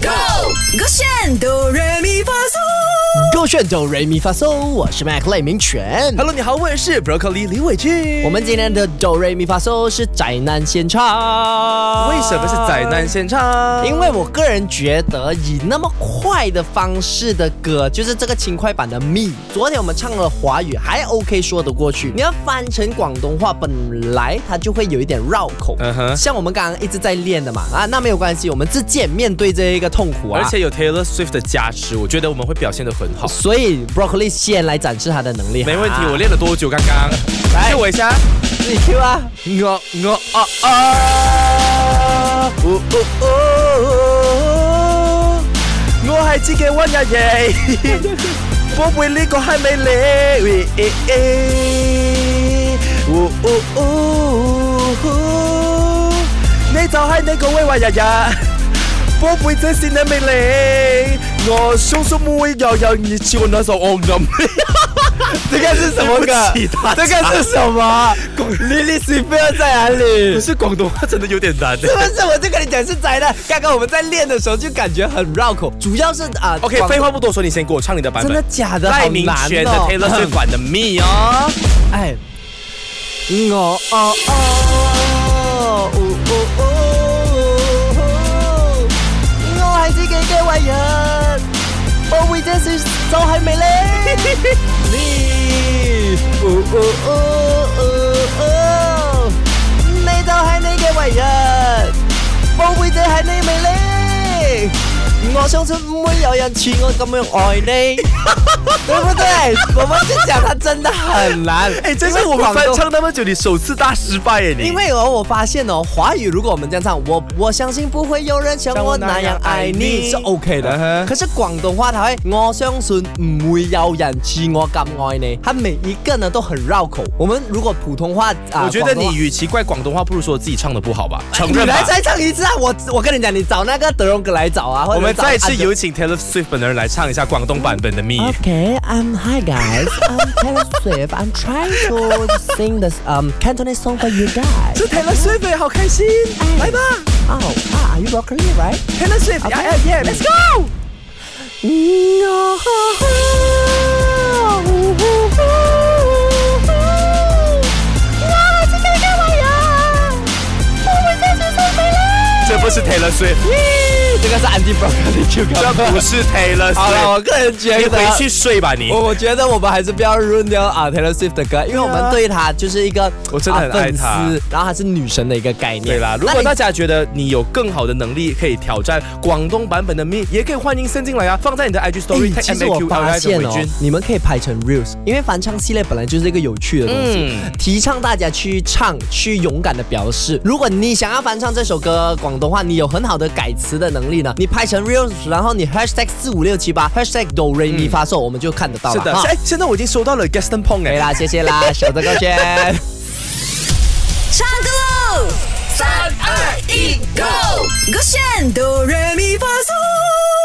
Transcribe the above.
Go，勾选哆瑞咪发嗦。勾选哆瑞咪发嗦，我是 Mac 赖明全。 Hello，你好，我是 Broccoli 李伟俊。我们今天的哆瑞咪发嗦是宅男先唱，为什么是灾难？现场？因为我个人觉得以那么快的方式的歌，就是这个轻快版的《Me》，昨天我们唱了华语还 OK 说得过去，你要翻成广东话，本来它就会有一点绕口。嗯哼像我们刚刚一直在练的嘛，啊，那没有关系，我们自荐面对这一个痛苦啊。而且有 Taylor Swift 的加持，我觉得我们会表现得很好。所以 Broccoli 先来展示他的能力，没问题，啊我练了多久？刚刚，来借我一下。自己 Q 啊。我我啊啊！哦哦哦！我係自己温柔 嘅，寶貝呢個係咪你？哦哦哦！你就係你個威華日日，寶貝這是你魅力，我雙手沒有有你超我那首惡 音。这个是什么对歌不起大？这家个是什么？莉莉丝不要在哪里？是广东话真的有点难欸 是不是？我就跟你讲是宅男。刚刚我们在练的时候就感觉很绕口，主要是啊。 OK，广废话不多说，你先给我唱你的版真本的。假的？赖好明难轩的哦 Taylor Swift 版的 Me 哦，哎，我哦哦哦哦哦哦，我係自己嘅壞人，我會這説就係美麗。你哦哦哦哦哦，你就係你嘅壞人，我會這係你美麗。我相信唔會有人似我咁樣愛你，對不對？我們就講它真的很難。哎，这是我们翻唱那么久，你首次大失败耶你。因为哦，我发现哦，华语如果我们这样唱，我我相信不会有人像我那样爱你是 OK 的。嗯哼可是广东话它会，我相信唔会有人似我咁爱你，它每一个呢都很绕口。我们如果普通话啊，我觉广得东你话与其怪广东话，不如说自己唱的不好吧，承你认来吧。再唱一次啊！我我跟你讲，你找那个德荣哥来找啊，或者我们找再次安德有请 Taylor Swift 本人来唱一下广东版本的 Me。 Okay, um, hi guys, I'm Taylor Swift. I'm trying to sing this um Cantonese song for you guys. 是 Taylor Swift，好欸开心，来吧 Oh, ah, are you broccoli, right? ，Taylor Swift，Yeah，Let's go。这不是 Taylor Swift，这个是 Andy Broccoli 就这不是 Taylor 好了，我 Swift。个人觉你得回。去睡吧你。我我觉得我们还是不要 run 掉啊 Taylor Swift 的歌，因为我们对她就是一个我真的很啊粉爱她丝，然后她是女神的一个概念。对啦，如那果你大家觉得你有更好的能力，可以挑战广东版本的 Me，也可以欢迎伸进来啊，放在你的 IG 哎 Story。其实我发现哦，你们可以拍成 reels，因为翻唱系列本来就是一个有趣的东西，嗯提倡大家去唱，去勇敢的表示。如果你想要翻唱这首歌广东话，你有很好的改词的能力呢，你拍成 reels，然后你 hashtag 四五六七八 hashtag do re mi 发售，我们就看得到是了。的，哈哎，现在我已经收到了 Gaston Pong 可以哎，啦，谢谢啦，小的高轩。唱歌喽！三二一，Go！勾选哆瑞咪发嗦。